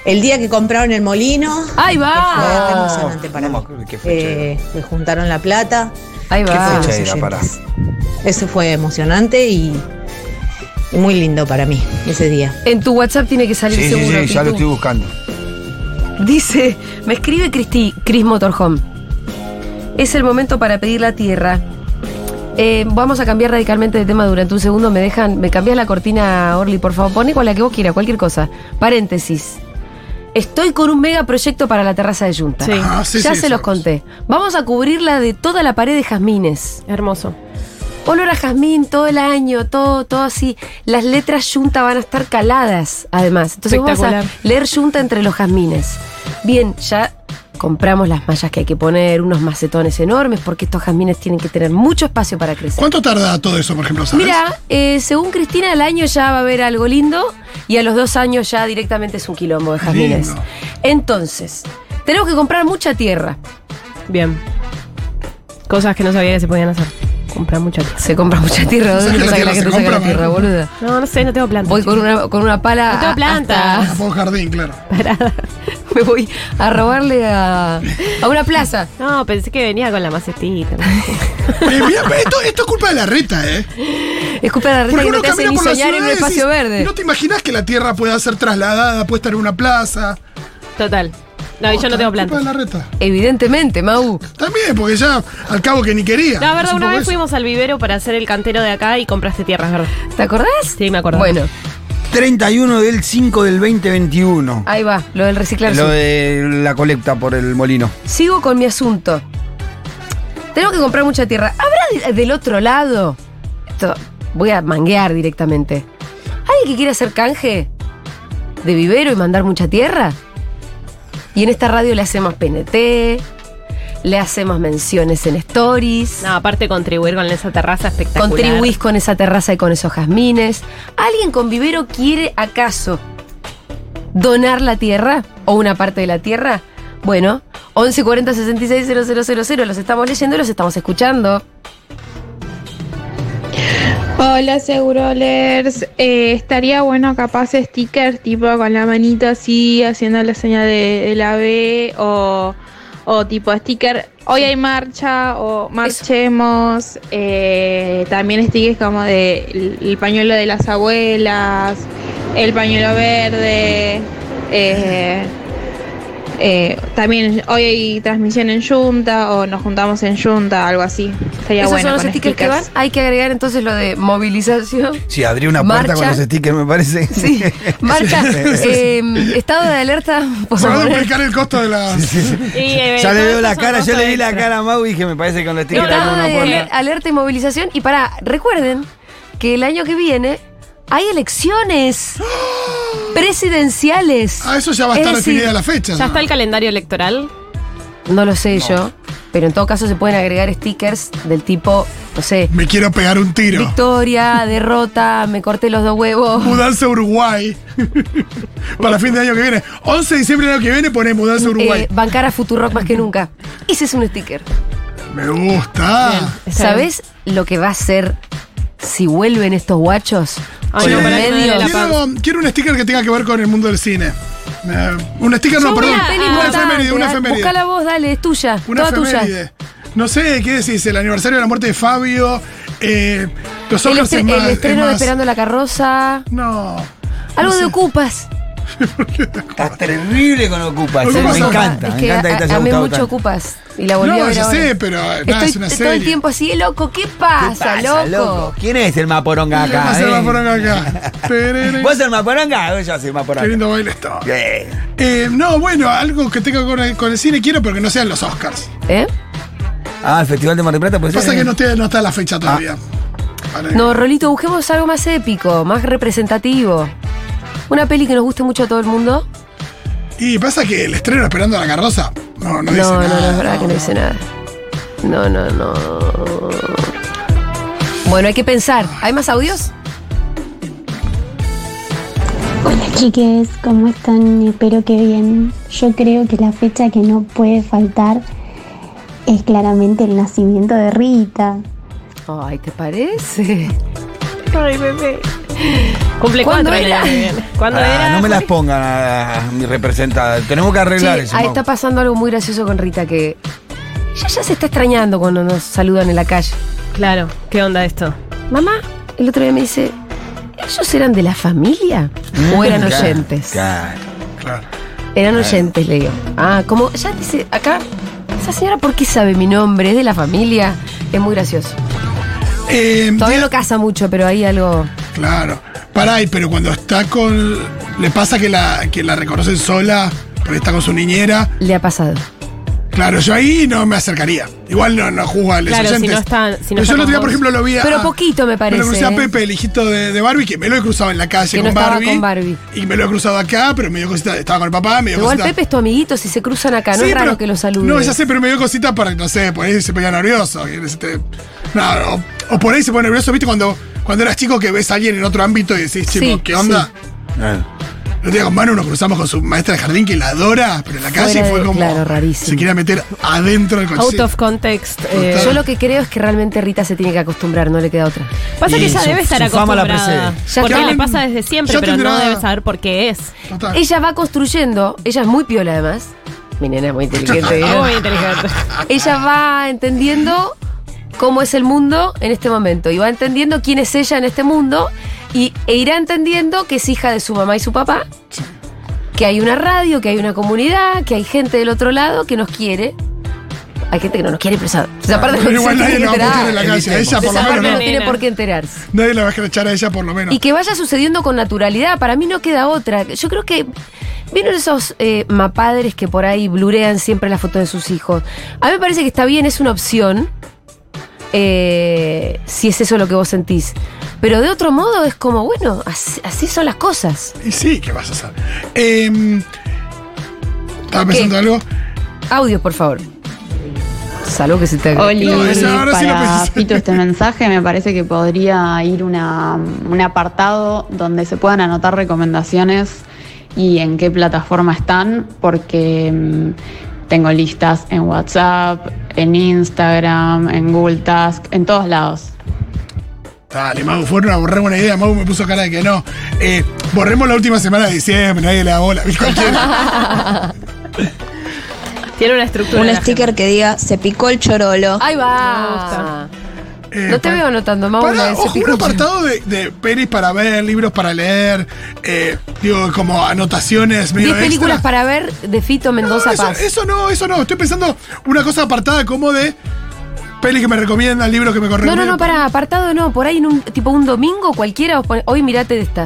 Speaker 11: el día que compraron el molino.
Speaker 1: Ahí va.
Speaker 11: Fue Ah, emocionante para
Speaker 4: no me
Speaker 11: mí.
Speaker 4: acuerdo qué fecha era.
Speaker 11: Eh, me juntaron la plata.
Speaker 1: Ahí
Speaker 11: que fueron
Speaker 1: va.
Speaker 11: los
Speaker 4: fecha era,
Speaker 11: oyentes. Eso fue emocionante y muy lindo para mí ese día.
Speaker 1: En tu WhatsApp tiene que salir
Speaker 4: Sí, sí,
Speaker 1: seguro.
Speaker 4: sí, ya lo
Speaker 1: Pitu.
Speaker 4: estoy buscando.
Speaker 1: Dice, me escribe Cristi, Cris Motorhome. Es el momento para pedir la tierra. Eh, vamos a cambiar radicalmente de tema durante un segundo. Me dejan, me cambias la cortina, Orly, por favor. Pone con la que vos quieras, cualquier cosa. Paréntesis. Estoy con un megaproyecto para la terraza de Junta.
Speaker 7: Sí.
Speaker 3: Ah, sí,
Speaker 1: ya
Speaker 3: sí,
Speaker 1: se los
Speaker 3: sabemos.
Speaker 1: conté. Vamos a cubrirla de toda la pared de jazmines.
Speaker 7: Hermoso.
Speaker 1: Olor a jazmín todo el año, todo, todo así. Las letras yunta van a estar caladas, además. Entonces vos vas a
Speaker 7: Espectacular.
Speaker 1: leer yunta entre los jazmines. Bien, ya compramos las mallas que hay que poner, unos macetones enormes, porque estos jazmines tienen que tener mucho espacio para crecer.
Speaker 3: ¿Cuánto tarda todo eso, por ejemplo, sabes?
Speaker 1: Mira, eh, según Cristina, al año ya va a haber algo lindo y a los dos años ya directamente es un quilombo de jazmines.
Speaker 3: Lindo.
Speaker 1: Entonces, tenemos que comprar mucha tierra.
Speaker 7: Bien. Cosas que no sabía que se podían hacer. Comprar mucha tierra.
Speaker 1: Se compra mucha tierra.
Speaker 3: ¿Sabes
Speaker 1: ¿Dónde
Speaker 3: que la
Speaker 1: saca la
Speaker 3: tierra
Speaker 1: gente
Speaker 3: se
Speaker 1: saca la
Speaker 3: compra,
Speaker 1: tierra,
Speaker 3: man?
Speaker 1: boluda?
Speaker 7: No, no sé, no tengo plantas.
Speaker 1: Voy con una, con una pala.
Speaker 7: No tengo
Speaker 1: a-
Speaker 7: plantas.
Speaker 1: hasta-
Speaker 3: Fue un jardín, claro.
Speaker 1: me voy a robarle a, a una plaza.
Speaker 7: No, pensé que venía con la macetita.
Speaker 3: Eh, mira, esto, esto es culpa de la reta, ¿eh?
Speaker 1: Es culpa de la reta
Speaker 3: Porque
Speaker 1: que no
Speaker 3: uno
Speaker 1: te hace
Speaker 3: camina
Speaker 1: ni
Speaker 3: por la
Speaker 1: soñar
Speaker 3: ciudad
Speaker 1: en un
Speaker 3: y decís,
Speaker 1: espacio verde.
Speaker 3: No te imaginas que la tierra pueda ser trasladada, puesta en una plaza.
Speaker 7: Total. No, y yo no tengo
Speaker 3: Culpa de
Speaker 7: plantas.
Speaker 3: la reta.
Speaker 1: Evidentemente, Mau.
Speaker 3: También, porque ya al cabo que ni quería.
Speaker 7: La verdad,
Speaker 3: Es un
Speaker 7: una
Speaker 3: poco
Speaker 7: vez
Speaker 3: eso.
Speaker 7: fuimos al vivero para hacer el cantero de acá y compraste tierras, ¿verdad?
Speaker 1: ¿Te acordás?
Speaker 7: Sí, me acuerdo.
Speaker 1: Bueno,
Speaker 4: 31 del 5 del 2021.
Speaker 1: ahí va, lo del reciclar.
Speaker 4: Lo
Speaker 1: Ah, sí.
Speaker 4: de la colecta por el molino.
Speaker 1: Sigo con mi asunto. Tenemos que comprar mucha tierra. ¿Habrá de- del otro lado? Esto, voy a manguear directamente. ¿Alguien que quiera hacer canje de vivero y mandar mucha tierra? Y en esta radio le hacemos PNT, le hacemos menciones en stories.
Speaker 7: No, aparte contribuir con esa terraza espectacular.
Speaker 1: Contribuís con esa terraza y con esos jazmines. ¿Alguien con vivero quiere acaso donar la tierra o una parte de la tierra? Bueno, 1140 66 000, los estamos leyendo y los estamos escuchando.
Speaker 12: Hola, Segurolers. Eh, estaría bueno capaz stickers tipo con la manito así, haciendo la señal de, de la B o, o tipo sticker. Hoy hay marcha o marchemos. Eh, también stickers como de el, el pañuelo de las abuelas, el pañuelo verde. eh, eh, también hoy hay transmisión en Junta o nos juntamos en Junta, algo así. Estaría
Speaker 1: Esos
Speaker 12: bueno.
Speaker 1: son los
Speaker 12: con
Speaker 1: stickers, que van. Hay que agregar entonces lo de movilización.
Speaker 4: Sí, abrí una puerta
Speaker 1: Marcha.
Speaker 4: con los stickers, me parece.
Speaker 1: Sí, marcha. eh, estado de alerta. pues,
Speaker 3: Para
Speaker 1: poner-
Speaker 3: duplicar el costo de la.
Speaker 7: Y, eh,
Speaker 4: Ya le
Speaker 7: todo
Speaker 4: veo la
Speaker 7: eso
Speaker 4: cara,
Speaker 7: son
Speaker 4: yo le vi la
Speaker 7: extra.
Speaker 4: cara a Mau y dije, me parece que con los stickers
Speaker 1: Estado
Speaker 4: abrí
Speaker 1: de
Speaker 4: una
Speaker 1: aler-
Speaker 4: puerta.
Speaker 1: alerta y movilización. Y para, recuerden que el año que viene hay elecciones presidenciales.
Speaker 3: Ah, eso ya va a
Speaker 1: Es
Speaker 3: estar
Speaker 1: decir,
Speaker 3: definida la fecha.
Speaker 7: Ya está el calendario electoral.
Speaker 1: No lo sé yo, pero en todo caso se pueden agregar stickers del tipo, no sé,
Speaker 3: Me quiero pegar un tiro.
Speaker 1: victoria, derrota, me corté los dos huevos.
Speaker 3: Mudanza a Uruguay. Para fin de año que viene. 11 de diciembre del año que viene pone mudanza a Uruguay.
Speaker 1: Eh, bancar a Futurock más que nunca. Ese es un sticker.
Speaker 3: Me gusta.
Speaker 7: Está
Speaker 1: ¿Sabes lo que va a ser si vuelven estos guachos?
Speaker 7: Ay,
Speaker 1: Con
Speaker 7: no,
Speaker 1: los
Speaker 7: pará, que me duele
Speaker 1: medios.
Speaker 7: la
Speaker 3: Quiero, quiero un sticker que tenga que ver con el mundo del cine. Eh, un sticker, no,
Speaker 1: Yo,
Speaker 3: perdón.
Speaker 1: mira, peli
Speaker 3: Una
Speaker 1: importante,
Speaker 3: efeméride, una
Speaker 1: ah,
Speaker 3: efeméride.
Speaker 1: Buscá la voz, dale, es tuya,
Speaker 3: Una
Speaker 1: toda tuya.
Speaker 3: efeméride. No sé, ¿qué decís? El aniversario de la muerte de Fabio. Eh, los
Speaker 1: El,
Speaker 3: Oscars
Speaker 1: estre-
Speaker 3: es más-
Speaker 1: el
Speaker 3: es
Speaker 1: estreno de
Speaker 3: más-
Speaker 1: Esperando la Carroza.
Speaker 3: No.
Speaker 1: Algo de Ocupas.
Speaker 4: Estás terrible con Ocupa,
Speaker 3: Ocupa
Speaker 4: che, me
Speaker 3: son-
Speaker 4: encanta,
Speaker 1: es
Speaker 4: me
Speaker 1: que
Speaker 4: encanta que te
Speaker 1: a-
Speaker 4: haya
Speaker 1: amé
Speaker 4: gustado
Speaker 1: mucho
Speaker 4: tanto.
Speaker 1: Ocupas. Y la volví a
Speaker 3: No,
Speaker 1: ver
Speaker 3: ya
Speaker 1: ahora.
Speaker 3: sé, pero eh, nada,
Speaker 1: Estoy
Speaker 3: es una
Speaker 1: todo
Speaker 3: serie.
Speaker 1: el tiempo así, loco, ¿qué pasa,
Speaker 4: Pasa,
Speaker 1: loco?
Speaker 4: ¿Quién es el maporonga
Speaker 3: ¿Qué
Speaker 4: acá?
Speaker 3: más se
Speaker 4: eh?
Speaker 3: va por acá? Terere.
Speaker 4: ¿Vos el maporonga? Yo soy
Speaker 3: Qué
Speaker 4: maporonga.
Speaker 3: lindo baile esto.
Speaker 4: Eh,
Speaker 3: Eh, no, bueno, algo que tenga con el, con el cine quiero, pero que no sean los Oscars.
Speaker 1: ¿Eh?
Speaker 4: Ah, el Festival de Mar del Plata, pues.
Speaker 3: Pasa que no, te- no está la fecha todavía.
Speaker 1: No, Rolito, busquemos algo más épico, más representativo. Una peli que nos guste mucho a todo el mundo.
Speaker 3: Y pasa que el estreno esperando a la carroza. No, no dice
Speaker 1: no,
Speaker 3: nada.
Speaker 1: no, es verdad que no dice nada. No, no, no. Bueno, hay que pensar. ¿Hay más audios?
Speaker 13: Hola chiques, ¿cómo están? Espero que bien. Yo creo que la fecha que no puede faltar es claramente el nacimiento de Rita.
Speaker 1: Ay, ¿te parece?
Speaker 7: Ay, bebé. Cumple
Speaker 1: ¿Cuándo
Speaker 7: cuatro el
Speaker 1: era?
Speaker 7: año que viene. ¿Cuándo
Speaker 4: Ah,
Speaker 7: era?
Speaker 4: no me las pongan a, a mi representada. Tenemos que arreglar
Speaker 1: Che,
Speaker 4: eso.
Speaker 1: ahí
Speaker 4: Mau.
Speaker 1: está pasando algo muy gracioso con Rita que ya, ya se está extrañando cuando nos saludan en la calle.
Speaker 7: Claro, ¿qué onda esto?
Speaker 1: Mamá, el otro día me dice, ¿ellos eran de la familia? ¿O eran
Speaker 4: Claro,
Speaker 1: oyentes?
Speaker 4: Claro.
Speaker 1: Eran
Speaker 4: Claro.
Speaker 1: oyentes, le digo. Ah, como ya dice, acá, esa señora, ¿por qué sabe mi nombre? ¿Es de la familia? Es muy gracioso. Todavía no casa mucho, pero hay algo...
Speaker 3: Eh, Claro. Pará, y pero cuando está con. Le pasa que la, que la reconocen sola, porque está con su niñera.
Speaker 1: Le ha pasado.
Speaker 3: Claro, yo ahí no me acercaría. Igual no, no juzgo a los
Speaker 1: Claro, si
Speaker 3: oyentes.
Speaker 1: no está- si no
Speaker 3: Pero
Speaker 1: está
Speaker 3: yo el otro
Speaker 1: con
Speaker 3: día,
Speaker 1: vos.
Speaker 3: por ejemplo, lo vi a.
Speaker 1: Pero poquito me
Speaker 3: Me lo
Speaker 1: parece,
Speaker 3: crucé a
Speaker 1: ¿eh?
Speaker 3: Pepe, el hijito de, de Barbie, que me lo he cruzado en la calle
Speaker 1: Que no
Speaker 3: con,
Speaker 1: estaba
Speaker 3: Barbie,
Speaker 1: con Barbie.
Speaker 3: Y me lo he cruzado acá, pero me dio cosita. Estaba con el papá, me dio
Speaker 1: Igual
Speaker 3: cosita.
Speaker 1: Pepe es tu amiguito, si se cruzan acá, no
Speaker 3: Sí,
Speaker 1: es raro
Speaker 3: pero-
Speaker 1: que lo saluden.
Speaker 3: No, ya sé, pero me dio cosita para, no sé, por ahí se ponía nervioso. y este, no, o, o por ahí se pone nervioso, ¿viste? Cuando, cuando eras chico que ves a alguien en otro ámbito y decís, chico,
Speaker 1: Sí,
Speaker 3: ¿qué onda? Los días con Manu nos cruzamos con su maestra de jardín que la adora, pero en la calle
Speaker 1: Fuera de-
Speaker 3: fue como.
Speaker 1: claro,
Speaker 3: Se quería meter adentro del coche.
Speaker 7: Out of context. eh,
Speaker 1: Yo lo que creo es que realmente Rita se tiene que acostumbrar, no le queda otra.
Speaker 7: Pasa que ella debe estar acostumbrada.
Speaker 1: Ya
Speaker 7: porque
Speaker 1: tiene-
Speaker 7: le pasa desde siempre,
Speaker 1: ya
Speaker 7: pero no
Speaker 1: tendrá-
Speaker 7: debe saber por qué es.
Speaker 3: Ah.
Speaker 1: Ella va construyendo, ella es muy piola además. Mi nena es muy inteligente. ¿eh? ¿vieron?
Speaker 7: Muy inteligente.
Speaker 1: ella va entendiendo cómo es el mundo en este momento y va entendiendo quién es ella en este mundo y, e irá entendiendo que es hija de su mamá y su papá, que hay una radio, que hay una comunidad, que hay gente del otro lado que nos quiere. Hay gente que no nos quiere, pero esa, esa parte no
Speaker 3: Pero igual
Speaker 1: se
Speaker 3: nadie
Speaker 1: tiene
Speaker 3: la va a
Speaker 1: que
Speaker 3: putear en la
Speaker 1: enterar.
Speaker 3: calle, a ella por
Speaker 1: Esa
Speaker 3: lo
Speaker 1: parte
Speaker 3: menos,
Speaker 1: no
Speaker 3: ¿no?
Speaker 1: tiene por qué enterarse.
Speaker 3: Nadie la va a escrachar a ella por lo menos.
Speaker 1: Y que vaya sucediendo con naturalidad. Para mí no queda otra. Yo creo que vieron esos eh, mapadres que por ahí blurean siempre las fotos de sus hijos. A mí me parece que está bien, es una opción. eh, si es eso lo que vos sentís. Pero de otro modo es como, bueno, así, así son las cosas.
Speaker 3: Y sí, ¿qué vas a hacer? Em, estaba pensando
Speaker 1: ¿Qué?
Speaker 3: algo.
Speaker 1: Audios, por favor. Salvo que se te
Speaker 14: Oli,
Speaker 1: No, esa ahora sí lo
Speaker 14: para
Speaker 1: pensé.
Speaker 14: Pito este mensaje me parece que podría ir una, un apartado donde se puedan anotar recomendaciones y en qué plataforma están, porque mm, tengo listas en WhatsApp, en Instagram, en Google Task, en todos lados.
Speaker 3: Dale, Mau, fue una borremos una idea. Mau me puso cara de que no. Eh, borremos la última semana de diciembre, nadie le da bola. ¿viste?
Speaker 7: Tiene una estructura.
Speaker 11: Un sticker que diga se picó el chorolo.
Speaker 1: Ahí va. no te veo anotando, Mau.
Speaker 3: Eh, Pará,
Speaker 1: una vez,
Speaker 3: ojo,
Speaker 1: se
Speaker 3: un
Speaker 1: picó.
Speaker 3: apartado de, de pelis para ver, libros para leer, eh, digo, como anotaciones medio
Speaker 1: 10 películas
Speaker 3: extra.
Speaker 1: para ver de Fito Mendoza
Speaker 3: eso,
Speaker 1: Paz.
Speaker 3: eso no, eso no. Estoy pensando una cosa apartada como de pelis que me recomiendan, libros que me
Speaker 1: No,
Speaker 3: corrigen.
Speaker 1: no, no, para apartado no, por ahí en un tipo un domingo cualquiera vos pone- hoy mirate esta.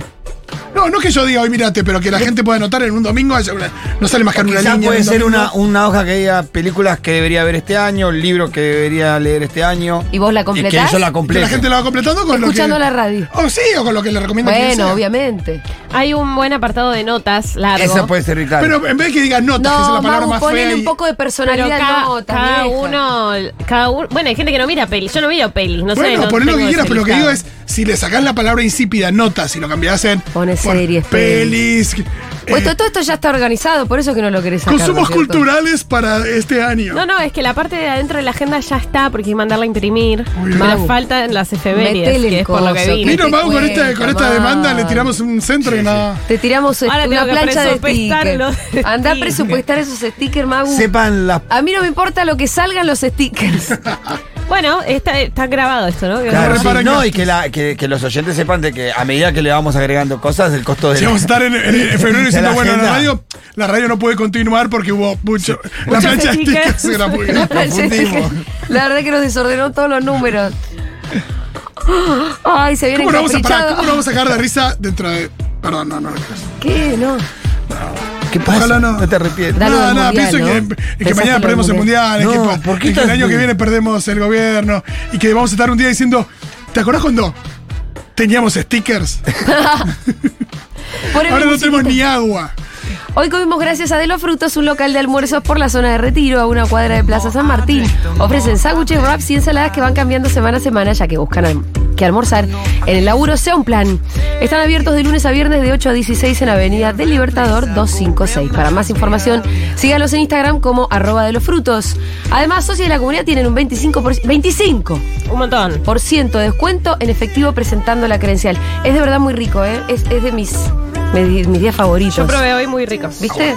Speaker 3: No, no que yo diga hoy mirate, pero que
Speaker 1: Eh.
Speaker 3: la gente pueda anotar en un domingo, haya una- no sale más que
Speaker 4: O
Speaker 3: en una
Speaker 4: quizá
Speaker 3: línea.
Speaker 4: puede
Speaker 3: en un
Speaker 4: ser
Speaker 3: domingo.
Speaker 4: una, una hoja que diga películas que debería ver este año, libros que debería leer este año.
Speaker 1: ¿Y vos la completás?
Speaker 4: Y que yo la complete.
Speaker 3: Que la gente la va completando con
Speaker 1: Escuchando
Speaker 3: lo
Speaker 1: la
Speaker 3: que...
Speaker 1: radio.
Speaker 3: Oh, sí, o con lo que le recomiendo a quien
Speaker 1: Bueno,
Speaker 3: sea.
Speaker 1: obviamente.
Speaker 7: Hay un buen apartado de notas largo.
Speaker 4: Esa puede ser Ricardo.
Speaker 3: Pero en vez de que digas notas, que es la
Speaker 1: No,
Speaker 3: palabra
Speaker 1: vamos,
Speaker 3: más fea.
Speaker 1: ponele
Speaker 3: y-
Speaker 1: un poco de
Speaker 7: Pero
Speaker 1: personalidad
Speaker 7: cada,
Speaker 1: no, tan
Speaker 7: cada
Speaker 1: vieja.
Speaker 7: uno, cada uno, bueno, hay gente que no mira pelis, yo no miro pelis, no sé.
Speaker 3: bueno,
Speaker 7: no
Speaker 3: poné lo que
Speaker 7: tengo
Speaker 3: quieras,
Speaker 7: ese
Speaker 3: pero lo que digo es,
Speaker 7: listado.
Speaker 3: si le sacás la palabra insípida, notas, y lo cambiás en... Pones
Speaker 1: series,
Speaker 3: pelis... eh,
Speaker 1: Pues todo, todo esto ya está organizado, por eso que no lo querés sacar.
Speaker 3: Consumos
Speaker 1: ¿no es cierto?
Speaker 3: culturales para este año.
Speaker 7: No, no, es que la parte de adentro de la agenda ya está, porque hay que mandarla a imprimir. Más
Speaker 1: Mau.
Speaker 7: falta en las efemérides,
Speaker 1: Metele
Speaker 7: que es por lo que
Speaker 1: coso,
Speaker 7: vi.
Speaker 3: Miro,
Speaker 1: te
Speaker 3: Mau, con,
Speaker 1: cuento,
Speaker 3: esta, con esta
Speaker 1: Mau.
Speaker 3: demanda le tiramos un centro y nada.
Speaker 1: Te tiramos este,
Speaker 7: Ahora
Speaker 1: una
Speaker 7: tengo que
Speaker 1: plancha de
Speaker 7: presupuestar los
Speaker 1: stickers. Andá a
Speaker 7: stickers.
Speaker 1: presupuestar esos stickers, Magu.
Speaker 4: Sepan las.
Speaker 1: A mí no me importa lo que salgan los stickers.
Speaker 7: Bueno, está, está grabado esto, ¿no?
Speaker 4: Claro, sí,
Speaker 7: Reparan
Speaker 4: no,
Speaker 7: que-
Speaker 4: y que, la, que, que los oyentes sepan de que a medida que le vamos agregando cosas, el costo de.
Speaker 3: Si vamos a estar en, en- en febrero
Speaker 4: de
Speaker 3: diciendo,
Speaker 4: la
Speaker 3: bueno, la
Speaker 4: agenda.
Speaker 3: radio, la radio no puede continuar porque hubo mucho. la
Speaker 1: Muchos
Speaker 3: plancha de stickers era muy
Speaker 1: La plancha de stickers. La verdad que nos desordenó todos los números. Ay, se viene
Speaker 3: ¿Cómo no, vamos a parar?
Speaker 1: encaprichado.
Speaker 3: ¿Cómo no vamos a sacar de risa dentro de.? Perdón, no, no. no.
Speaker 1: ¿Qué? No.
Speaker 4: ¿Qué pasa?
Speaker 3: Ojalá no.
Speaker 4: te arrepientes.
Speaker 1: Dale
Speaker 3: Nada,
Speaker 1: al
Speaker 3: nada,
Speaker 1: mundial,
Speaker 3: pienso
Speaker 1: ¿no?
Speaker 3: que, en que
Speaker 1: Pensás en
Speaker 3: mañana
Speaker 1: lo
Speaker 3: perdemos el
Speaker 1: mundial.
Speaker 3: mundial, en
Speaker 4: No,
Speaker 3: que,
Speaker 4: ¿por qué
Speaker 3: en que el
Speaker 4: estás-
Speaker 3: año que viene perdemos el gobierno y que vamos a estar un día diciendo, ¿Te acordás cuando teníamos stickers?
Speaker 1: Poneme
Speaker 3: Ahora no
Speaker 1: musiquita.
Speaker 3: tenemos ni agua.
Speaker 1: Hoy comimos gracias a De los Frutos, un local de almuerzos por la zona de Retiro, a una cuadra de Plaza San Martín. Ofrecen sándwiches, wraps y ensaladas que van cambiando semana a semana ya que buscan al- que almorzar en el laburo sea un plan. Están abiertos de lunes a viernes de 8 a 16 en Avenida del Libertador 256. Para más información, síganos en Instagram como arroba de los frutos. Además, socios de la comunidad tienen un 25%, por- 25
Speaker 7: un montón.
Speaker 1: por ciento de descuento en efectivo presentando la credencial. Es de verdad muy rico, ¿eh? es, es de mis, me- mis días favoritos.
Speaker 7: Yo probé hoy muy ricos.
Speaker 1: ¿Viste?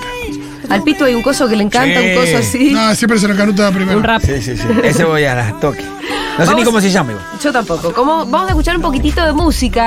Speaker 1: Al pito hay un coso que le encanta,
Speaker 4: Sí.
Speaker 1: un coso así.
Speaker 3: No, siempre se lo canuta primero.
Speaker 1: Un rap.
Speaker 4: Sí, sí, sí. Ese voy a dar toque. No sé
Speaker 1: Vamos-
Speaker 4: ni cómo se llama igual.
Speaker 1: Yo tampoco. Como, vamos a escuchar un poquitito de música.